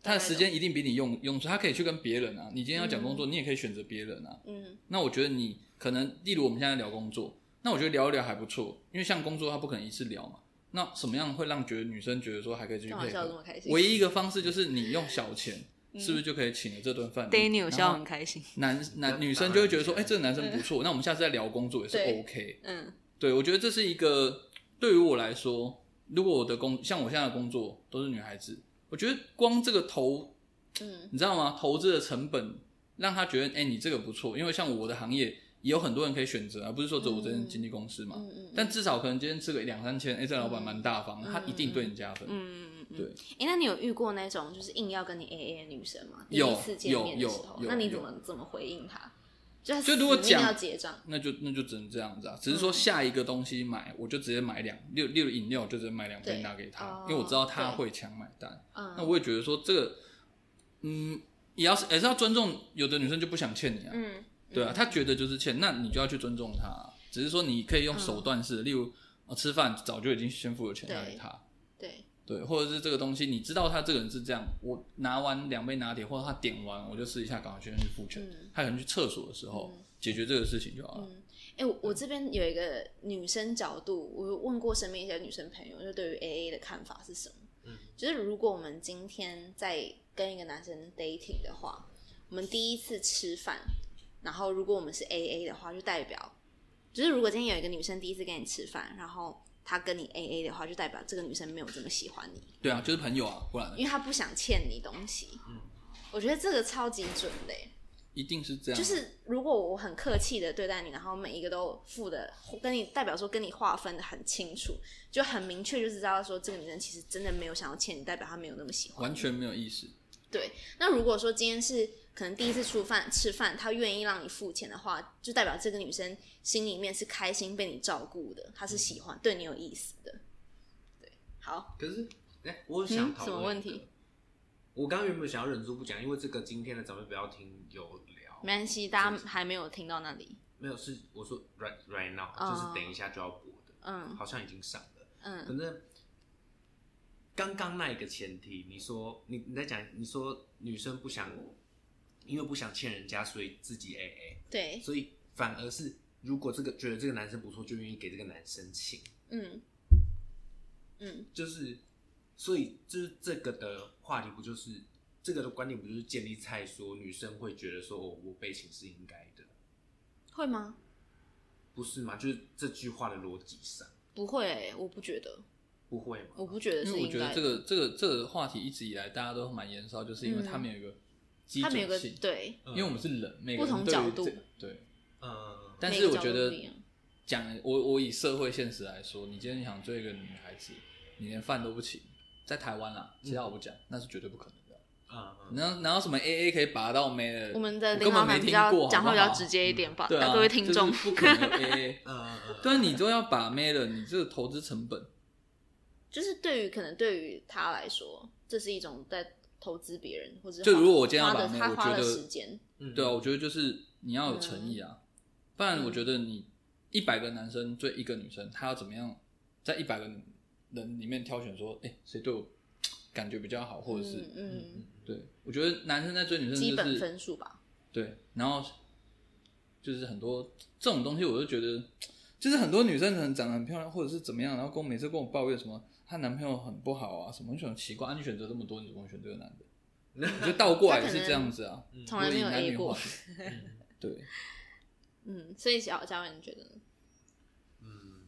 Speaker 3: 她
Speaker 2: 大
Speaker 3: 的
Speaker 2: 概
Speaker 3: 时
Speaker 2: 懂
Speaker 3: 间一定比你用用出，她可以去跟别人啊。你今天要讲工作，你也可以选择别人啊。
Speaker 2: 嗯
Speaker 3: 那我觉得你可能，例如我们现在聊工作，那我觉得聊一聊还不错，因为像工作它不可能一次聊嘛。那什么样会让觉得女生觉得说还可以继续
Speaker 2: 干嘛
Speaker 3: 配
Speaker 2: 笑得这
Speaker 3: 合
Speaker 2: 么？开心？
Speaker 3: 唯一 一个方式就是你用小钱，
Speaker 2: 嗯
Speaker 3: 是不是就可以请了这顿饭然后
Speaker 2: 开心，
Speaker 3: 男男女生就会觉得说，哎、这个男生不错，那我们下次再聊工作也
Speaker 2: 嗯
Speaker 3: 是
Speaker 2: 对
Speaker 3: OK。
Speaker 2: 嗯
Speaker 3: 对，我觉得这是一个对于我来说，如果我的工像我现在的工作都是女孩子，我觉得光这个投
Speaker 2: 嗯
Speaker 3: 你知道吗？投资的成本让他觉得，哎、你这个不错，因为像我的行业也有很多人可以选择，而不是说只有我这间经纪公司嘛。
Speaker 2: 嗯嗯，
Speaker 3: 但至少可能今天吃个两三千，哎、这老板蛮大方，他一定对你加分。
Speaker 2: 嗯嗯嗯，
Speaker 3: 对。
Speaker 2: 哎、那你有遇过那种就是硬要跟你 AA 的女生吗？第
Speaker 3: 有
Speaker 2: 一次见面的时候
Speaker 3: 有，有
Speaker 2: 那你
Speaker 3: 有
Speaker 2: 怎么怎么回应她？就是
Speaker 3: 就如果讲
Speaker 2: 要结账，
Speaker 3: 那就那就只能这样子啊，只是
Speaker 2: 嗯
Speaker 3: 说下一个东西买，我就直接买两六六饮料，我就直接买两
Speaker 2: 对
Speaker 3: 杯拿给他
Speaker 2: 哦，
Speaker 3: 因为我知道他会抢买单。
Speaker 2: 嗯，
Speaker 3: 那我也觉得说这个，嗯，也要是也是要尊重，有的女生就不想欠你啊，
Speaker 2: 嗯，
Speaker 3: 对啊，她觉得就是欠，那你就要去尊重她啊，只是说你可以用手段式的，例如呃吃饭早就已经先付了钱
Speaker 2: 嗯对
Speaker 3: 拿给他，
Speaker 2: 对，
Speaker 3: 对，或者是这个东西你知道他这个人是这样，我拿完两杯拿铁或者他点完，我就试一下赶快去去付钱
Speaker 2: 嗯，
Speaker 3: 他可能去厕所的时候解决这个事情就好了。
Speaker 2: 哎、我我这边有一个女生角度，我有问过身边一些女生朋友，就对于 AA 的看法是什么？嗯，就是如果我们今天在跟一个男生 dating 的话，我们第一次吃饭，然后如果我们是 AA 的话，就代表，就是如果今天有一个女生第一次跟你吃饭，然后她跟你 AA 的话，就代表这个女生没有这么喜欢你，
Speaker 3: 对啊，就是朋友啊，不然呢
Speaker 2: 因为她不想欠你东西。嗯，我觉得这个超级准的、欸。
Speaker 3: 一定是这样。
Speaker 2: 就
Speaker 3: 啊
Speaker 2: 是如果我很客气的对待你，然后每一个都付的跟你代表说跟你划分的很清楚，就很明确，就知道说这个女生其实真的没有想要欠你，代表她没有那么喜欢
Speaker 3: 完。全没有意思。
Speaker 2: 对，那如果说今天是可能第一次出饭吃饭，她愿意让你付钱的话，就代表这个女生心里面是开心被你照顾的，她是喜欢对你有意思的。对，好，
Speaker 1: 可是，哎、我想讨论、
Speaker 2: 嗯什么问题？？
Speaker 1: 我刚刚原本想要忍住不讲，因为这个今天的咱们不要听有聊，
Speaker 2: 没关系，大家还没有听到那里。
Speaker 1: 没有是我说 right right now，、
Speaker 2: 哦
Speaker 1: 就是等一下就要播的，
Speaker 2: 嗯
Speaker 1: 好像已经上了。
Speaker 2: 嗯
Speaker 1: 反正刚刚那一个前提，你说你你在讲，你说女生不想，因为不想欠人家，所以自己 A
Speaker 2: 对
Speaker 1: A，，所以反而是如果这个觉得这个男生不错，就愿意给这个男生请，
Speaker 2: 嗯嗯嗯
Speaker 1: 就是所以就是这个的话题，不就是这个的观点，不就是建立在说女生会觉得说，哦，我被请是应该的，
Speaker 2: 会吗？
Speaker 1: 不是吗？就是这句话的逻辑上，
Speaker 2: 不会、欸，我不觉得，
Speaker 1: 不会吗？
Speaker 2: 我不觉得
Speaker 3: 因
Speaker 2: 是
Speaker 3: 为我
Speaker 2: 应
Speaker 3: 觉
Speaker 2: 该的。
Speaker 3: 得这个这个这个话题一直以来大家都蛮延烧，就是因为他们有一个基
Speaker 2: 他
Speaker 3: 准
Speaker 2: 们有个
Speaker 3: 性，
Speaker 2: 对，
Speaker 1: 嗯
Speaker 3: 因为我们是人，每个
Speaker 2: 不
Speaker 3: 人
Speaker 2: 同
Speaker 3: 对于
Speaker 2: 角度
Speaker 3: 这对。
Speaker 1: 嗯，
Speaker 3: 但
Speaker 2: 每
Speaker 3: 是
Speaker 2: 个
Speaker 3: 我
Speaker 2: 角
Speaker 3: 觉
Speaker 2: 度
Speaker 3: 得
Speaker 2: 不一样
Speaker 3: 讲我我以社会现实来说，你今天想追一个女孩子，你连饭都不请，在台湾啦，其他我不讲，那是绝对不可能的。
Speaker 1: 嗯嗯，
Speaker 3: 哪有哪有什么 A A 可以拔到没的？
Speaker 2: 我们的
Speaker 3: 我
Speaker 2: 领
Speaker 3: 根
Speaker 2: 导
Speaker 3: 本
Speaker 2: 感
Speaker 3: 没
Speaker 2: 比
Speaker 3: 听
Speaker 2: 较
Speaker 3: 过，
Speaker 2: 讲话
Speaker 3: 好
Speaker 2: 比
Speaker 3: 不
Speaker 2: 较
Speaker 3: 好
Speaker 2: 直接一点吧，
Speaker 3: 对啊，
Speaker 2: 各位听众
Speaker 3: 就是不可能 A A。
Speaker 1: 嗯嗯
Speaker 3: 对啊，你都要把妹了，你这个投资成本，
Speaker 2: 就是对于可能对于他来说，这是一种在投资别人，或者
Speaker 3: 就如果我今天要
Speaker 2: 花的
Speaker 3: 把妹
Speaker 2: 他
Speaker 3: 我
Speaker 2: 花
Speaker 3: 觉
Speaker 2: 的
Speaker 3: 得
Speaker 2: 时间，嗯
Speaker 1: 嗯，
Speaker 3: 对啊，我觉得就是你要有诚意啊，不然我觉得你一百个男生追一个女生，他要怎么样在一百个人里面挑选说，哎、谁对我感觉比较好，或者是、
Speaker 2: 嗯嗯，
Speaker 3: 对，我觉得男生在追女生
Speaker 2: 基
Speaker 3: 就
Speaker 2: 本
Speaker 3: 是
Speaker 2: 分数吧，
Speaker 3: 对，然后就是很多这种东西，我就觉得，就是很多女生可能长得很漂亮，或者是怎么样，然后跟我每次跟我抱怨什么她男朋友很不好啊，什么，我就很奇怪，啊、你选择这么多，你怎么会选这个男的？你就倒过来也是这样子啊，
Speaker 2: 从来没有
Speaker 3: 如果以男
Speaker 2: A
Speaker 3: 女
Speaker 2: 过
Speaker 3: 话，
Speaker 1: 嗯
Speaker 3: 对，
Speaker 2: 嗯，所以小嘉文你觉得呢？
Speaker 1: 嗯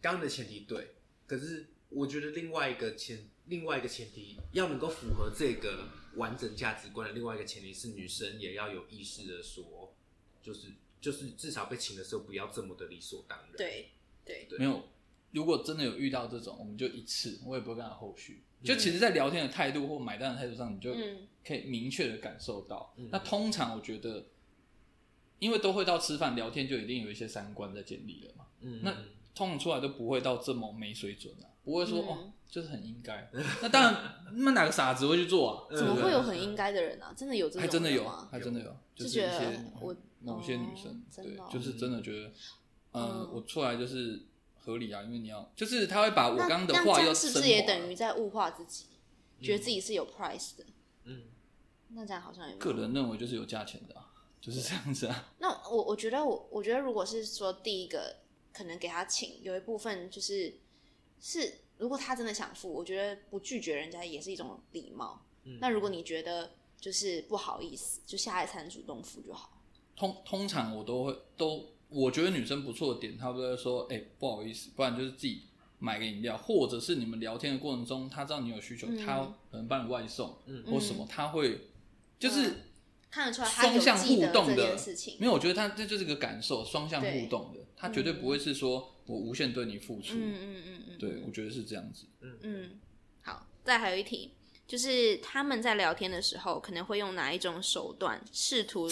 Speaker 1: 刚刚的前提对，可是我觉得另外一个前另外一个前提要能够符合这个完整价值观的另外一个前提是，女生也要有意识的说，就是就是至少被请的时候不要这么的理所当然。，
Speaker 2: 对对，
Speaker 1: 对
Speaker 3: 没有。如果真的有遇到这种，我们就一次，我也不会跟他后续。就其实，在聊天的态度或买单的态度上，你就
Speaker 2: 嗯
Speaker 3: 可以明确的感受到。
Speaker 1: 嗯
Speaker 3: 那通常我觉得，因为都会到吃饭聊天，就一定有一些三观在建立了嘛。
Speaker 1: 嗯
Speaker 3: 那通常出来都不会到这么没水准啊，不会说、
Speaker 2: 嗯
Speaker 3: 哦，就是很应该。那当然， 那哪个傻子会去做啊？
Speaker 1: 嗯
Speaker 2: 怎么
Speaker 3: 对不
Speaker 2: 会
Speaker 3: 对
Speaker 2: 有很应该的人啊？真的有这种
Speaker 3: 还真的有
Speaker 2: 吗，？
Speaker 3: 还真的有，
Speaker 2: 就是
Speaker 3: 一
Speaker 2: 觉
Speaker 3: 些
Speaker 2: 得嗯我
Speaker 3: 某些女
Speaker 2: 哦
Speaker 3: 生，
Speaker 2: 真
Speaker 3: 对
Speaker 2: 的哦，
Speaker 3: 就是真的觉得，嗯
Speaker 2: 嗯，
Speaker 3: 我出来就是合理啊，因为你要，就是他会把我
Speaker 2: 那
Speaker 3: 刚刚的
Speaker 2: 那
Speaker 3: 话
Speaker 2: 这
Speaker 3: 要
Speaker 2: 样是不是也
Speaker 3: 升华
Speaker 2: 等于在物化自己，觉得
Speaker 3: 嗯
Speaker 2: 自己是有 price 的？
Speaker 1: 嗯，
Speaker 2: 那这样好像也没有
Speaker 3: 个人认为就是有价钱的啊，就是这样子啊。
Speaker 2: 那我我觉得我我觉得如果是说第一个可能给他请，有一部分就是是如果他真的想付，我觉得不拒绝人家也是一种礼貌。
Speaker 1: 嗯
Speaker 2: 那如果你觉得就是不好意思，就下一餐主动付就好。
Speaker 3: 通通常我都会都，我觉得女生不错的点，她都会说，哎，不好意思，不然就是自己买个饮料，或者是你们聊天的过程中，她知道你有需求，
Speaker 2: 嗯
Speaker 3: 她可能帮你外送
Speaker 1: 嗯
Speaker 3: 或什么，她会就是
Speaker 2: 嗯看得出来他有
Speaker 3: 双向
Speaker 2: 记
Speaker 3: 互
Speaker 2: 得这
Speaker 3: 动
Speaker 2: 件
Speaker 3: 的
Speaker 2: 事情。
Speaker 3: 没有，我觉得他这就是个感受，双向
Speaker 2: 对
Speaker 3: 互动的，他绝对不会是说我无限对你付出。
Speaker 2: 嗯嗯嗯嗯，
Speaker 3: 对，我觉得是这样子。
Speaker 2: 嗯，好，再还有一题，就是他们在聊天的时候，可能会用哪一种手段，试图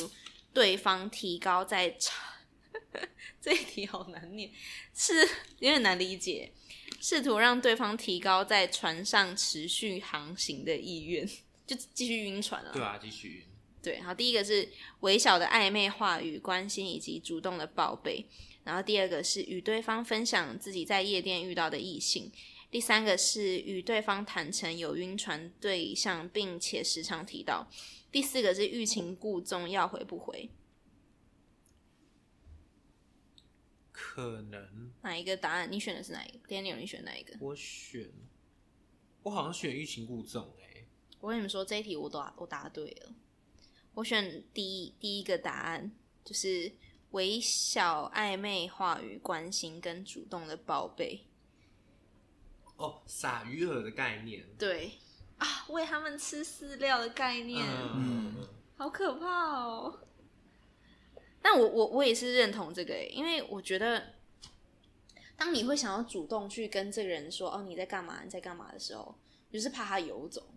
Speaker 2: 对方提高在场。 这一题好难念，是有点难理解。试图让对方提高在船上持续航行的意愿，就继续晕船了。
Speaker 1: 对啊，继续。
Speaker 2: 对，好，第一个是微小的暧昧话语、关心以及主动的报备，然后第二个是与对方分享自己在夜店遇到的异性，第三个是与对方坦诚有晕船对象，并且时常提到，第四个是欲擒故纵，要回不回？
Speaker 4: 可能
Speaker 2: 哪一个答案？你选的是哪一个？Daniel，你选哪一个？
Speaker 4: 我选，我好像选欲擒故纵哎、
Speaker 2: 我跟你们说，这一题我都答我答对了。我选第一第一个答案就是微小暧昧话语、关心跟主动的报备。
Speaker 1: 哦，撒鱼饵的概念，
Speaker 2: 对啊，喂他们吃饲料的概念，
Speaker 1: 嗯，
Speaker 2: 好可怕哦。但我我我也是认同这个欸，因为我觉得，当你会想要主动去跟这个人说“哦，你在干嘛？你在干嘛”的时候，你就是怕他游走，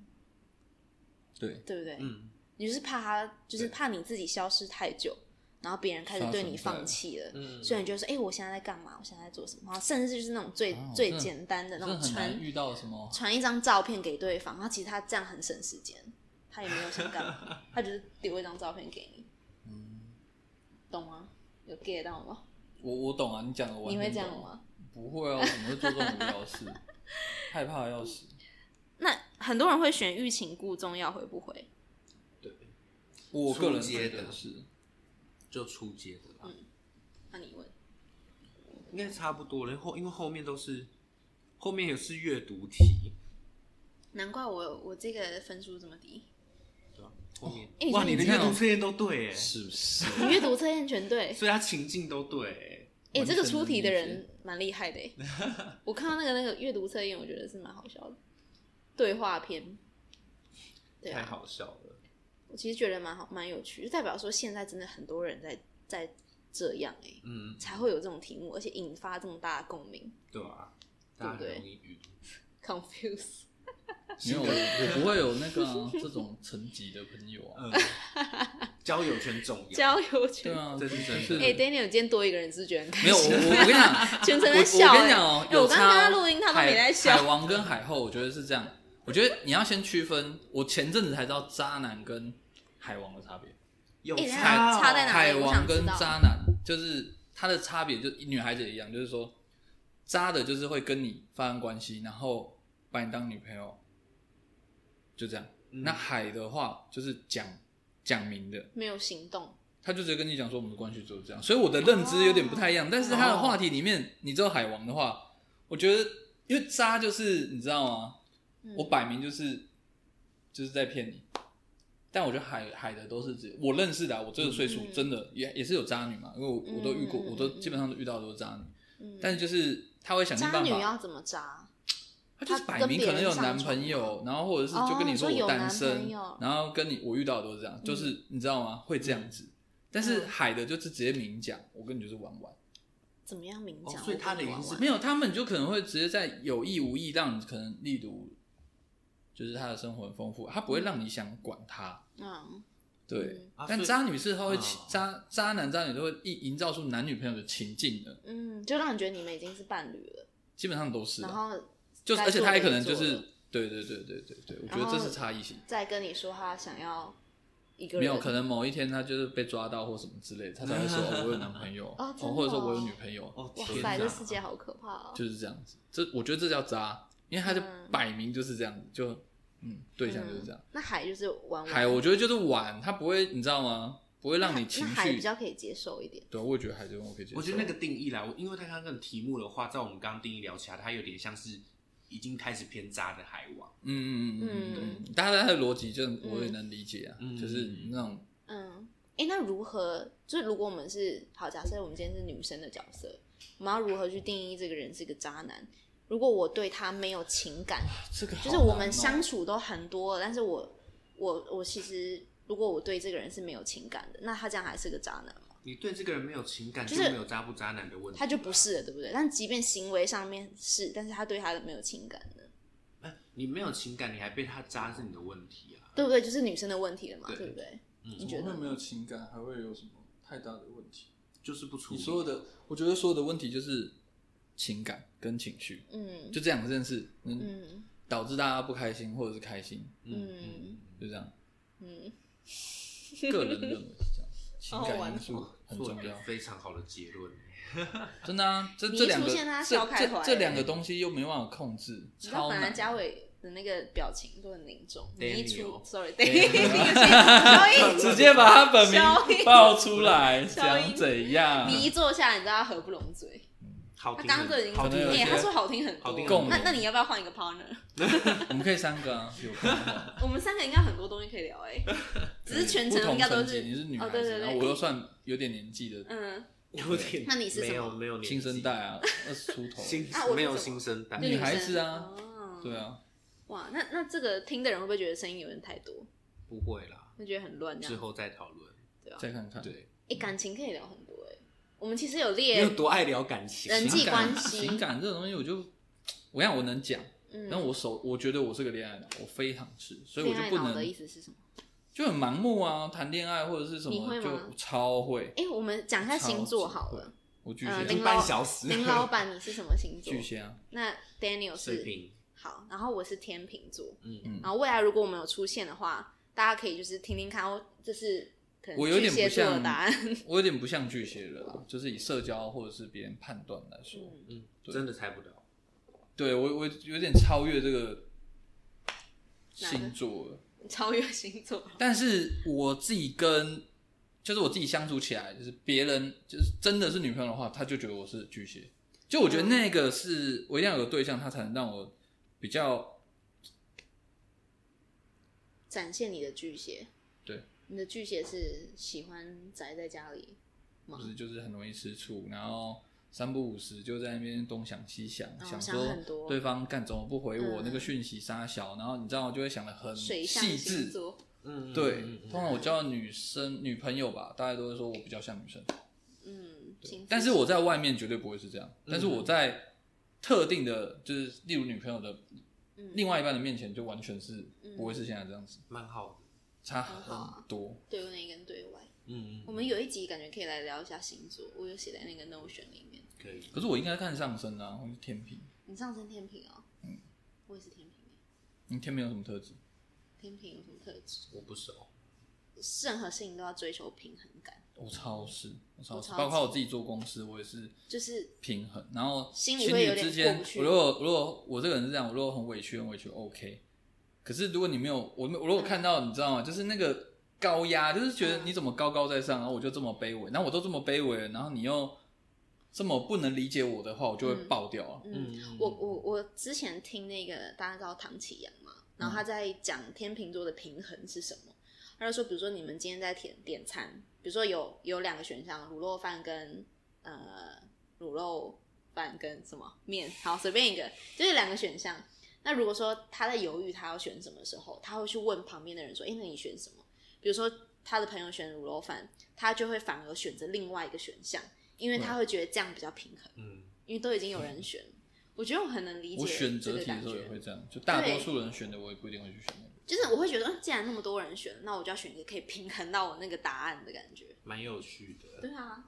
Speaker 3: 对，
Speaker 2: 对不对？
Speaker 1: 嗯，
Speaker 2: 你就是怕他，就是
Speaker 1: 对
Speaker 2: 怕你自己消失太久，然后别人开始
Speaker 3: 刷
Speaker 2: 对
Speaker 3: 存
Speaker 2: 你
Speaker 3: 在
Speaker 2: 放弃了，
Speaker 1: 嗯
Speaker 2: 所以你就说：“哎、我现在在干嘛？我现在在做什么？”然后甚至就是那种最、
Speaker 3: 啊
Speaker 2: 最
Speaker 3: 真的
Speaker 2: 简单的
Speaker 3: 真
Speaker 2: 那
Speaker 3: 的
Speaker 2: 种
Speaker 3: 很
Speaker 2: 传
Speaker 3: 难遇到什么
Speaker 2: 传一张照片给对方，然后其实他这样很省时间，他也没有想干嘛， 他只是丢一张照片给你，懂吗？有 get 到吗？
Speaker 3: 我我懂啊，你讲的我完
Speaker 2: 你
Speaker 3: 全
Speaker 2: 会这样
Speaker 3: 懂啊
Speaker 2: 吗？？
Speaker 3: 不会啊，我怎么会做这种无聊的事？ 害怕的要死。
Speaker 2: 那很多人会选欲擒故纵，要回不回？
Speaker 1: 对，
Speaker 3: 我个人
Speaker 1: 初阶
Speaker 3: 觉
Speaker 1: 的
Speaker 3: 得是，
Speaker 1: 就出街的
Speaker 2: 嗯
Speaker 1: 啦，
Speaker 2: 啊那你问，
Speaker 1: 应该差不多了。后因为后面都是后面有是阅读题，
Speaker 2: 难怪我我这个分数这么低。
Speaker 1: 对吧？后面、
Speaker 2: 哎、
Speaker 1: 哇，
Speaker 2: 所以
Speaker 1: 你的
Speaker 2: 这
Speaker 1: 阅
Speaker 2: 样
Speaker 1: 读测验都对 哎，
Speaker 4: 是不是？
Speaker 2: 你阅读测验全 对。
Speaker 1: 所以他情境都对哎。
Speaker 2: 哎、
Speaker 3: 完
Speaker 2: 这个
Speaker 3: 全
Speaker 2: 出
Speaker 3: 能
Speaker 2: 题的
Speaker 3: 理
Speaker 2: 人蛮厉害的 欸。我看到那个那个阅读测验，我觉得是蛮好笑的，对话篇。对
Speaker 1: 太
Speaker 2: 啊，
Speaker 1: 好笑了。
Speaker 2: 我其实觉得蛮好，蛮有趣，就代表说现在真的很多人在在这样哎、
Speaker 1: 嗯，
Speaker 2: 才会有这种题目，而且引发这么大的共鸣。
Speaker 1: 对啊，
Speaker 2: 对
Speaker 1: 大
Speaker 2: 不
Speaker 1: 家很
Speaker 2: 对
Speaker 1: 容易 晕。
Speaker 2: Confuse，
Speaker 3: 没有，我我不会有那 个啊这种层级的朋友啊。
Speaker 1: 嗯，交友圈重要。
Speaker 2: 交友圈
Speaker 3: 对。啊，
Speaker 1: 这是真的
Speaker 3: 是
Speaker 2: 哎、d a n i e l 今天多一个人，是不是觉得很开
Speaker 3: 没有我
Speaker 2: 心？
Speaker 3: 我我跟你讲，
Speaker 2: 全程
Speaker 3: 我
Speaker 2: 在笑、
Speaker 3: 我
Speaker 2: 欸。
Speaker 3: 跟你讲哦、
Speaker 2: 哎
Speaker 3: 有
Speaker 2: 我刚
Speaker 3: 差哦
Speaker 2: 刚跟他录音，他都没在
Speaker 3: 海。
Speaker 2: 笑
Speaker 3: 海。王跟海后，我觉得是这样。我觉得你要先区分，我前阵子才知道渣男跟海王的差别。
Speaker 1: 有
Speaker 2: 哎等一下
Speaker 1: 差哦
Speaker 2: 差在哪
Speaker 3: 海
Speaker 2: 里我
Speaker 3: 王
Speaker 2: 想知
Speaker 3: 跟
Speaker 2: 道
Speaker 3: 渣男就是他的差别，就女孩子也一样，就是说渣的就是会跟你发生关系，然后把你当女朋友，就这样。
Speaker 1: 嗯
Speaker 3: 那海的话就是讲讲明的，
Speaker 2: 没有行动，
Speaker 3: 他就直接跟你讲说我们的关系就是这样，所以我的认知有点不太一样。但是他的
Speaker 1: 哦
Speaker 3: 话题里面，你知道海王的话，我觉得因为渣就是你知道吗？
Speaker 2: 嗯
Speaker 3: 我摆明就是就是在骗你。但我觉得海海的都是只我认识的啊、我这个岁数
Speaker 2: 嗯
Speaker 3: 真的也也是有渣女嘛，因为我
Speaker 2: 嗯
Speaker 3: 我都遇过，
Speaker 2: 嗯嗯
Speaker 3: 我都
Speaker 2: 嗯
Speaker 3: 基本上都遇到的都是渣女。
Speaker 2: 嗯
Speaker 3: 但是就是他会想尽
Speaker 2: 渣
Speaker 3: 办
Speaker 2: 女
Speaker 3: 法，
Speaker 2: 要怎么渣？
Speaker 3: 他就是摆明可能有男朋友，然后或者是就跟
Speaker 2: 哦
Speaker 3: 说
Speaker 2: 说有
Speaker 3: 我单
Speaker 2: 男
Speaker 3: 身
Speaker 2: 朋友，嗯
Speaker 3: 然后跟你我遇到的都是这样，就是你知道吗？会这样子。但是海的就是直接明讲，我跟你就是玩玩，
Speaker 2: 怎么样明
Speaker 1: 哦
Speaker 2: 讲？
Speaker 1: 所以他的原因是
Speaker 3: 没有他们就可能会直接在有意无意让你可能例如，就是他的生活很丰富，他不会让你想管他，
Speaker 2: 嗯，
Speaker 3: 对，
Speaker 1: 啊
Speaker 3: 但
Speaker 1: 所以
Speaker 3: 渣女是她会起、
Speaker 1: 嗯
Speaker 3: 渣渣男渣女都会营营造出男女朋友的情境的，
Speaker 2: 嗯，就让你觉得你们已经是伴侣了，
Speaker 3: 基本上都是啊、
Speaker 2: 然后
Speaker 3: 就
Speaker 2: 该
Speaker 3: 而且
Speaker 2: 做
Speaker 3: 他也
Speaker 2: 的
Speaker 3: 可
Speaker 2: 也
Speaker 3: 能就
Speaker 2: 做
Speaker 3: 是
Speaker 2: 了
Speaker 3: 对对对对对对，我觉
Speaker 2: 然
Speaker 3: 得这
Speaker 2: 后
Speaker 3: 是差异性，
Speaker 2: 再跟你说他想要一个
Speaker 3: 没
Speaker 2: 人，
Speaker 3: 有可能某一天他就是被抓到或什么之类的，他才会说、哦、我有男朋友，
Speaker 2: 哦真的
Speaker 3: 或者说我有
Speaker 2: 哦
Speaker 3: 女朋友，
Speaker 1: 哦
Speaker 2: 哇
Speaker 1: 天
Speaker 2: 塞，
Speaker 1: 哪
Speaker 2: 这世界好可怕哦！
Speaker 3: 就是这样子。这我觉得这叫渣，因为他就
Speaker 2: 嗯
Speaker 3: 摆明就是这样子，就嗯对象就是这样
Speaker 2: 嗯。。那海就是玩玩，
Speaker 3: 海我觉得就是玩，他不会你知道吗？不会让你
Speaker 2: 那
Speaker 3: 情
Speaker 2: 那海
Speaker 3: 绪
Speaker 2: 比。较可以接受一点。
Speaker 3: 对，我也觉得海这边我可以接受。
Speaker 1: 我觉得那个定义啦，我因为他刚刚的题目的话，在我们刚刚定义聊起来，它有点像是已经开始偏渣的海王。
Speaker 3: 嗯嗯嗯嗯嗯嗯，大家的逻辑就我也能理解啊，
Speaker 1: 嗯
Speaker 3: 就是那种
Speaker 2: 嗯，哎，那如何？就是如果我们是好，假设我们今天是女生的角色，我们要如何去定义这个人是个渣男？如果我对他没有情感，
Speaker 3: 这个哦
Speaker 2: 就是我们相处都很多了，但是我我我其实如果我对这个人是没有情感的，那他这样还是个渣男吗？
Speaker 1: 你对这个人没有情感，
Speaker 2: 就
Speaker 1: 就是没有渣不渣男的问题。
Speaker 2: 他就不是了，对不对？但即便行为上面是，但是他对他的没有情感的，
Speaker 1: 哎，你没有情感，你还被他渣是你的问题啊。
Speaker 2: 对不对？就是女生的问题了嘛，
Speaker 1: 对
Speaker 2: 对不对？你
Speaker 1: 嗯，
Speaker 2: 觉得？
Speaker 3: 没有情感，还会有什么太大的问题？
Speaker 1: 就是不处
Speaker 3: 你
Speaker 1: 理。
Speaker 3: 所有的，我觉得所有的问题就是情感跟情绪，
Speaker 2: 嗯
Speaker 3: 就这两件事，嗯，
Speaker 2: 嗯
Speaker 3: 导致大家不开心或者是开心，
Speaker 2: 嗯
Speaker 3: 就这样。
Speaker 2: 嗯，
Speaker 3: 个人认为是这样，情
Speaker 2: 好玩
Speaker 3: 感
Speaker 2: 哦
Speaker 3: 因素很
Speaker 1: 做
Speaker 3: 重
Speaker 1: 一个
Speaker 3: 要，
Speaker 1: 非常好的结论。
Speaker 3: 真的啊，这
Speaker 2: 你一
Speaker 3: 这两个
Speaker 2: 出现他
Speaker 3: 这
Speaker 2: 笑开
Speaker 3: 这
Speaker 2: 怀
Speaker 3: 这两个东西又没办法控制，
Speaker 2: 你知道
Speaker 3: 超
Speaker 2: 本来
Speaker 3: 难。
Speaker 2: 嘉伟的那个表情都很凝重，你一
Speaker 1: Daniel
Speaker 2: 出，sorry，对， 小
Speaker 3: 直接把他本
Speaker 2: 消音
Speaker 3: 名爆出来，
Speaker 2: 消音
Speaker 3: 想怎样？
Speaker 2: 英，你一坐下来，你知道他合不拢嘴。
Speaker 1: 好
Speaker 2: 他
Speaker 1: 听
Speaker 2: 刚刚
Speaker 1: 很
Speaker 2: 就已
Speaker 1: 好听
Speaker 2: 经哎、
Speaker 3: 听很多
Speaker 2: 他说好听很多，
Speaker 1: 好听很
Speaker 3: 多
Speaker 2: 那那你要不要换一个 partner？
Speaker 3: 我们可以三个啊，有空的话
Speaker 2: 我们三个应该很多东西可以聊哎、 只是全程应该都
Speaker 3: 不同层级你
Speaker 2: 是
Speaker 3: 是女孩
Speaker 2: 哦对
Speaker 3: 子，
Speaker 2: 对对
Speaker 3: 然后我又算有点年纪的
Speaker 2: 嗯，
Speaker 1: 有点。
Speaker 2: 那你是什么
Speaker 1: 没有没有年纪
Speaker 3: 新生代啊，二十出头，
Speaker 1: 新
Speaker 2: 啊我是
Speaker 1: 没有
Speaker 2: 什么
Speaker 1: 新生代
Speaker 2: 就。
Speaker 3: 女孩子啊
Speaker 2: 生哦、
Speaker 3: 对啊，
Speaker 2: 哇，那那这个听的人会不会觉得声音有点太多，
Speaker 1: 不会啦，
Speaker 2: 会觉得很乱这
Speaker 1: 之
Speaker 2: 样？
Speaker 1: 后再讨论。
Speaker 3: 再看看，
Speaker 1: 对，
Speaker 2: 哎、感情可以聊很多哎、我们其实有
Speaker 1: 你
Speaker 2: 列
Speaker 1: 有，多爱聊感情？
Speaker 2: 人际
Speaker 3: 情啊感
Speaker 2: 关系
Speaker 3: 情感这种东西，我就我想我能讲，
Speaker 2: 嗯，
Speaker 3: 但我手我觉得我是个恋爱脑，我非常是，所以我
Speaker 2: 恋
Speaker 3: 就
Speaker 2: 爱
Speaker 3: 不
Speaker 2: 脑的
Speaker 3: 能
Speaker 2: 意思是什么？
Speaker 3: 就很盲目啊，谈恋爱或者是什
Speaker 2: 你会
Speaker 3: 么
Speaker 2: 吗
Speaker 3: 就超会，
Speaker 2: 哎、我们讲一下星座好
Speaker 3: 超
Speaker 2: 了。
Speaker 3: 我巨
Speaker 2: 嗯
Speaker 3: 蟹
Speaker 2: 林老
Speaker 3: 啊
Speaker 1: 半小时。
Speaker 2: 林老板，你是什么星座
Speaker 3: 巨？蟹啊，
Speaker 2: 那 Daniel
Speaker 1: 水
Speaker 2: 是
Speaker 1: 平。
Speaker 2: 好，然后我是天秤座。
Speaker 1: 嗯，
Speaker 2: 然后未来如果我们有出现的话，大家可以就是听听看，我就是可能
Speaker 3: 我有
Speaker 2: 巨
Speaker 3: 点
Speaker 2: 蟹
Speaker 3: 不
Speaker 2: 座的
Speaker 3: 像
Speaker 2: 答案。
Speaker 3: 我有点不像巨蟹了啦，就是以社交或者是别人判断来说，
Speaker 2: 嗯
Speaker 1: 嗯，
Speaker 3: 对
Speaker 1: 真的猜不到。
Speaker 3: 对我我有点超越这个
Speaker 2: 哪个
Speaker 3: 星座了。
Speaker 2: 超越星座，
Speaker 3: 但是我自己跟就是我自己相处起来，就是别人就是真的是女朋友的话，他就觉得我是巨蟹，就我觉得那个是我一定要有对象，他才能让我比较
Speaker 2: 展现你的巨蟹。
Speaker 3: 对，
Speaker 2: 你的巨蟹是喜欢宅在家里吗
Speaker 3: 不？是就是很容易吃醋，然后三不五时就在那边东想西想，
Speaker 2: 哦
Speaker 3: 想
Speaker 2: 想很多
Speaker 3: 说对方干怎么不回我、
Speaker 2: 嗯
Speaker 3: 那个讯息杀小，然后你知道就会想的很
Speaker 2: 水象
Speaker 3: 细
Speaker 2: 星
Speaker 3: 致。
Speaker 2: 座，
Speaker 1: 嗯，
Speaker 3: 对
Speaker 1: 嗯，
Speaker 3: 通常我交的女生女朋友吧，大家都会说我比较像女生，
Speaker 2: 嗯，星
Speaker 3: 但是我在外面绝对不会是这样，但是我在特定的，就是例如女朋友的另
Speaker 2: 外
Speaker 3: 外一半的面前，就完全是不会是现在这样子，
Speaker 1: 蛮好的。
Speaker 3: 差
Speaker 2: 很嗯好啊
Speaker 3: 很多。
Speaker 2: 对内跟对外，
Speaker 1: 嗯，
Speaker 2: 我们有一集感觉可以来聊一下星座，我有写在那个 Notion 里面。
Speaker 1: 可以。
Speaker 3: 可是我应该看上升啊，我是天平，
Speaker 2: 你上升天平哦，嗯，我也是天平耶，
Speaker 3: 你天平有什么特质？
Speaker 2: 天平有什么特质？
Speaker 1: 我不熟，
Speaker 2: 任何事情都要追求平衡感，
Speaker 3: 我超是，我超
Speaker 2: 我
Speaker 3: 是，
Speaker 2: 超
Speaker 3: 包括
Speaker 2: 是
Speaker 3: 我自己做公司，我也是
Speaker 2: 就是
Speaker 3: 平衡。然后
Speaker 2: 心
Speaker 3: 情
Speaker 2: 里会有
Speaker 3: 侣
Speaker 2: 点
Speaker 3: 之
Speaker 2: 过
Speaker 3: 间
Speaker 2: 不，去
Speaker 3: 我如果如果我这个人是这样，我如果很委屈，很委屈，OK。可是如果你没有，我没我如果看到，你知道吗？就是那个高压，就是觉得
Speaker 2: 嗯
Speaker 3: 你怎么高高在上，然后我就这么卑微，然后我都这么卑微了，然后你又这么不能理解我的话，我就会
Speaker 2: 嗯
Speaker 3: 爆掉啊。
Speaker 2: 嗯，我我我之前听那个大家知道唐启阳嘛，然后他在讲天秤座的平衡是什么，他就说，比如说你们今天在点点餐，比如说有有两个选项，卤肉饭跟呃卤肉饭跟什么面，好随便一个，就是两个选项。那如果说他在犹豫他要选什么的时候，他会去问旁边的人说：“哎、那你选什么？”比如说他的朋友选卤肉饭，他就会反而选择另外一个选项，因为他会觉得这样比较平衡。
Speaker 1: 嗯，
Speaker 2: 因为都已经有人选了，我觉得我很能理解
Speaker 3: 我选择
Speaker 2: 这个
Speaker 3: 题的
Speaker 2: 感
Speaker 3: 时候
Speaker 2: 觉
Speaker 3: 也，会这样，就大多
Speaker 2: 对
Speaker 3: 数人选的我也不一定会去选那个。
Speaker 2: 就是我会觉得，嗯既然那么多人选，那我就要选一个可以平衡到我那个答案的感 觉。
Speaker 1: 蛮有趣的。
Speaker 2: 对啊，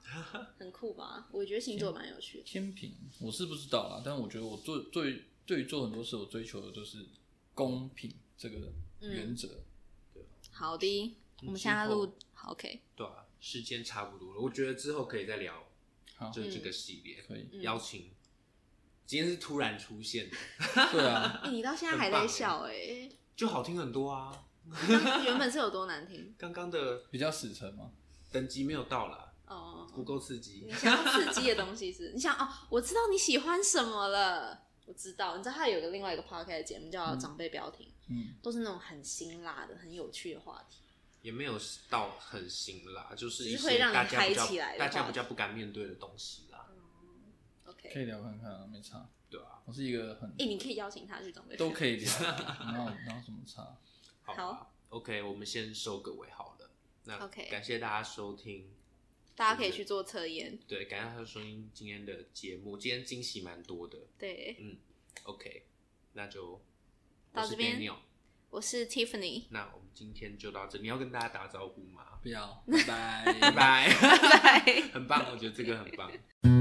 Speaker 2: 很酷吧？我觉得星座蛮有 趣的。
Speaker 3: 天平我是不知道啦，但我觉得我做对对于做很多事，我追求的就是公平这个原则。
Speaker 2: 嗯好的，
Speaker 3: 嗯
Speaker 2: 我们现在录好 OK，
Speaker 1: 对啊，时间差不多了，我觉得之后可以再聊，
Speaker 3: 好
Speaker 2: 嗯
Speaker 1: 就是这个系列
Speaker 3: 可以，
Speaker 1: 邀请。今天是突然出现的，
Speaker 3: 对啊，
Speaker 2: 哎，你到现在还在笑哎、
Speaker 1: 就好听很多啊。
Speaker 2: 原本是有多难听
Speaker 1: 刚刚的
Speaker 3: 比较死沉嘛。
Speaker 1: 等级没有到啦，
Speaker 2: 哦。
Speaker 1: 不够刺激
Speaker 2: 你。想要刺激的东西是？你 想哦，我知道你喜欢什么了，我知道。你知道他有个另外一个 podcast 节目叫《长辈不要听》，
Speaker 3: 嗯，
Speaker 2: 都是那种很辛辣的、很有趣的话题。
Speaker 1: 也没有到很辛辣，就是一
Speaker 2: 只是会
Speaker 1: 些
Speaker 2: 让你
Speaker 1: 大家比较
Speaker 2: 嗨起来的
Speaker 1: 大家
Speaker 2: 话
Speaker 1: 比较不敢面对的东西啦。
Speaker 2: 嗯 OK，
Speaker 3: 可以聊看看啊，没差。
Speaker 1: 对啊，
Speaker 3: 我是一个很
Speaker 2: 哎、你可以邀请他去长辈
Speaker 3: 都可以聊， 然后然后什么差？
Speaker 1: 好吧
Speaker 2: 好
Speaker 1: o k 我们先收个尾好了。那
Speaker 2: OK
Speaker 1: 感谢大家收听，
Speaker 2: 大家可以去做测验。
Speaker 1: 对，感谢大家收听今天的节目，今天惊喜蛮多的。
Speaker 2: 对，
Speaker 1: OK，那就
Speaker 2: 到
Speaker 1: 我是
Speaker 2: 这边
Speaker 1: Daniel
Speaker 2: 我是 Tiffany，
Speaker 1: 那我们今天就到这，你要跟大家打招呼吗？
Speaker 3: 不要，拜拜，
Speaker 1: 拜拜，
Speaker 2: 拜拜。
Speaker 1: 很棒，我觉得这个很棒。